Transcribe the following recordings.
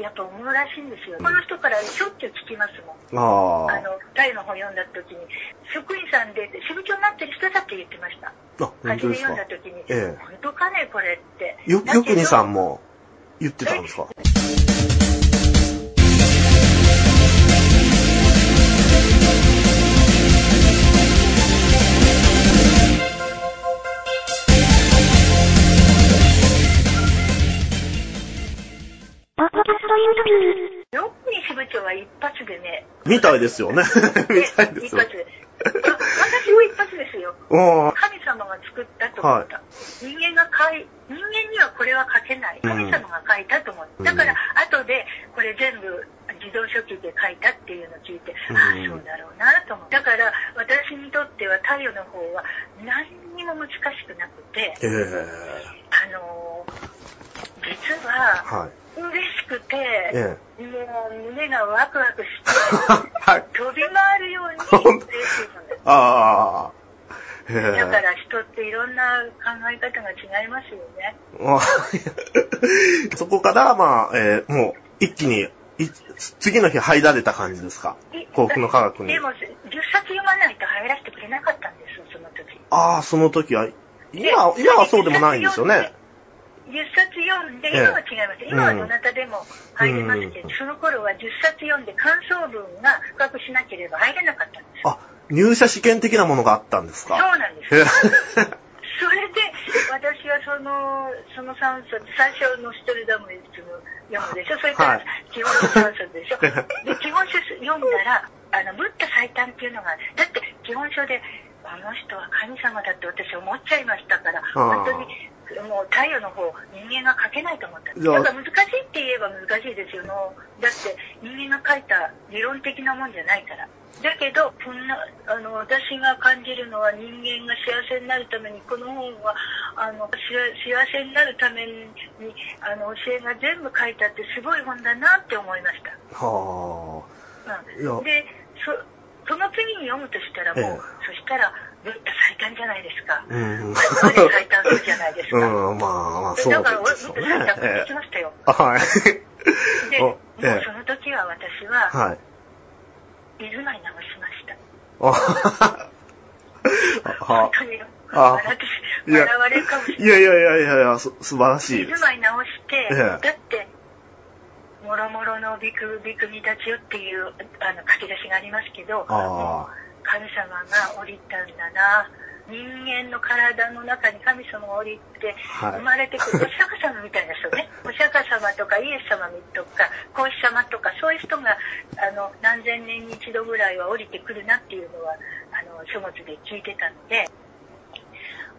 やと思うらしいんですよ。この人からしょっちゅう聞きますもん。ああの、タイの本読んだ時に、職員さんで、支部長になってる人だって言ってました。あ。あ、本初当めです読かんだ。時に、え本当かね、これって。え。よ、だけよどくにさんも言ってたんですかよくに支部長は一発でね、みたいですよね。 みたいで一すよ発。で。あ私も一発ですよ。あ神様が作ったと思った。人間が書い、人間にはこれは書けない。う神ん様が書いたと思った。だから、後でこれ全部自動書記で書いたっていうのを聞いて、うんああ、そうだろうなと思って。だから、私にとっては太陽の方は何にも難しくなくて、あ。ええ。あのー実ははい。嬉しくて、ええ。もう胸がワクワクして、 はい。飛び回るように 本当嬉しいのです。ああ。ええ。だから人っていろんな考え方が違いますよね。まあ そこから、まあ、えーもう、一気に、い次の日入られた感じですかい 幸福の科学にで。も、10冊読まないと入らせてくれなかったんですよ、その時。ああ、その時は、今、で今はそうでもないんですよね。 10冊読んで、ええ今は違います。今はどなたでも入れますけど、うんその頃は10冊読んで感想文が深くしなければ入れなかったんですよ。あ、入社試験的なものがあったんですそうか。なんですへよ。え それで、私はその、その3冊、最初の一人ダムいつも読むでしょ、それからはい基本書3冊で しょ。で、基本書読んだら、あの、ブッダ最短っていうのが、だって基本書で、この人は神様だって私思っちゃいましたから、あー本当に、もう太陽の方、人間が書けないと思った。じゃあだから難しいって言えば難しいですよ。もうだって人間が書いた理論的なもんじゃないから。だけど、こんな、あの、私が感じるのは人間が幸せになるために、この本は、あの、し幸せになるために、あの、教えが全部書いてあって、すごい本だなって思いました。はいやうん、で、そ、その次に読むとしたらもう、ええそしたら、ブッダ最短じゃないです かあ。。うブん。ッダ最短じゃないですか。うん、まあ、まあ、そうだから、ブでッすよダね最短。買っえてきましたよ。えあはい。 で、おもうええその時は私は、はい。居住まい直しました。あは本は当にあ笑って、いや笑われるかもしれないいやいやいやいやいや、す素晴らしい居で住す。まい直して、ええだって、もろもろのビクビクに立ちよっていうあの書き出しがありますけど、あ神様が降りたんだな、人間の体の中に神様が降りて、はい生まれてくるお釈迦様みたいな人 ね、お釈迦様とかイエス様とか、孔子様とか、そういう人があの何千年に一度ぐらいは降りてくるなっていうのは、あの書物で聞いてたので、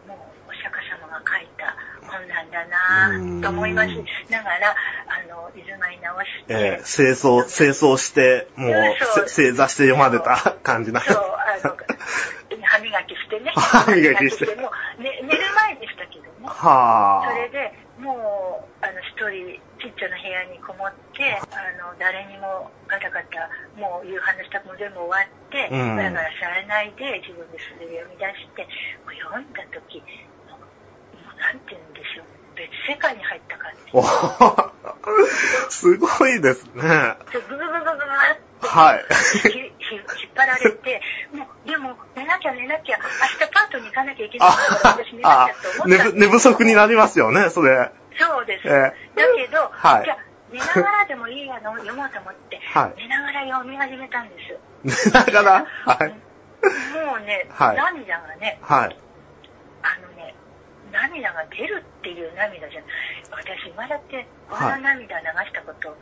もうお釈迦様が書いた本なんだなと思いますうんながら、あの、いずまい直して、ええ清掃、清掃して、もうそう、せ正座して読まれた感じな。そう、あ の、歯磨きしてね。歯磨きして歯もう、ね、寝る前でしたけどね。はそあ。れで、もう、あの、一人、ちっちゃな部屋にこもって、あの、誰にもガタガタ、もう夕飯の支度も全部終わって、うんガラガラされないで、自分でする読み出して、こう読んだ時、もう、もうなんて言うんでしょう。別世界に入った感じ。おすごいですね。でぐぐぐぐぐぐってはい。ひひ引っ張られ て、もう、でも、寝なきゃ寝なきゃ、明日パートに行かなきゃいけないから、私寝なきゃあと、思寝ったぶ寝不足になりますよね、それ。そうです。えだけど、はいじゃあ寝ながらでもいいや の読もうと思って、はい寝ながら読み始めたんです。寝ながら、はい。もうね、はい涙がね、はい。あのね、涙が出るっていう涙じゃない。私、生まれて、こんな涙流したこと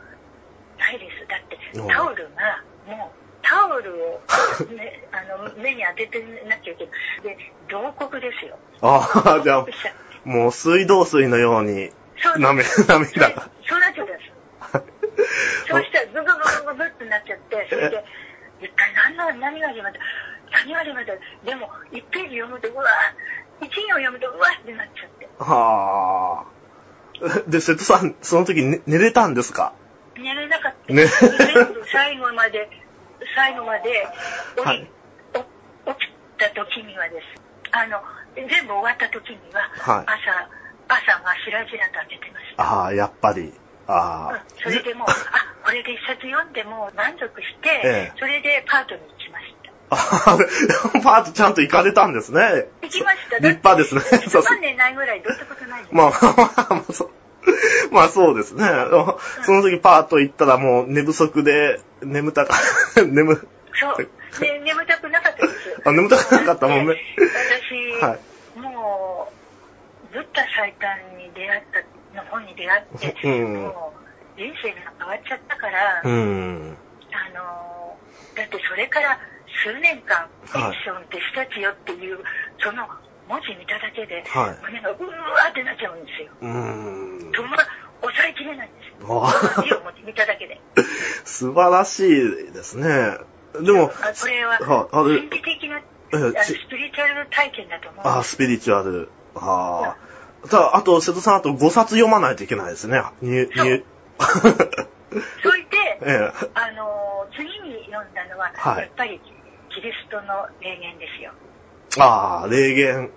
ないです。だって、おタオルが、もう、タオルを、 ね、あの目に当ててなきゃいけない。で、同国ですよ。ああ、じゃあ同、国者もう水道水のように、そうですなめ、それ涙が。そうなんです。そうしたら、ぐぐぐぐぐぐってなっちゃ って、それで、一体何な何が始まった何が始まったでも、1ページ読むと、うわ一行読むと、うわってなっちゃって。はあ。で、瀬戸さん、その時寝寝れたんですか寝れなかった。ね全部最後まで、最後まで、おはいお起きた時にはです。あの、全部終わった時には、はい朝、朝がしらじらと開けてました。ああ、やっぱり。あうんあ。それでもう、あ、これで一冊読んでもう満足して、ええそれでパートに行きました。あーパートちゃんと行かれたんですね。行きました。立派ですね。一さす晩寝ないぐらいどうってことないです。まあ、まあ、そう。まあそうですね。その時パート行ったらもう寝不足で、眠たか、 眠、そう。ね、眠たくなかったです。あ眠たくなかったもんね私、 はもう、ブッダ最短に出会った、の本に出会って、うんもう、人生が変わっちゃったから、い。うん。あのーだってそれから数年間、はいエジソンってしたちよっていう、その文字見ただけで、はい胸がうーわってなっちゃうん ですよ。うーん。そんな、抑えきれないんで すよ。あー字を見ただけで。素晴らしいですね。でも、あこれは、あで神秘的な、えあのちスピリチュアル体験だと思う。あ、スピリチュアル。ああ。ただ、あと、瀬戸さん、あと5冊読まないといけないですね。に、に、そうえそれで、 え。あのー次に読んだのは、はいやっぱりキリストの霊言ですよ。ああ、霊言。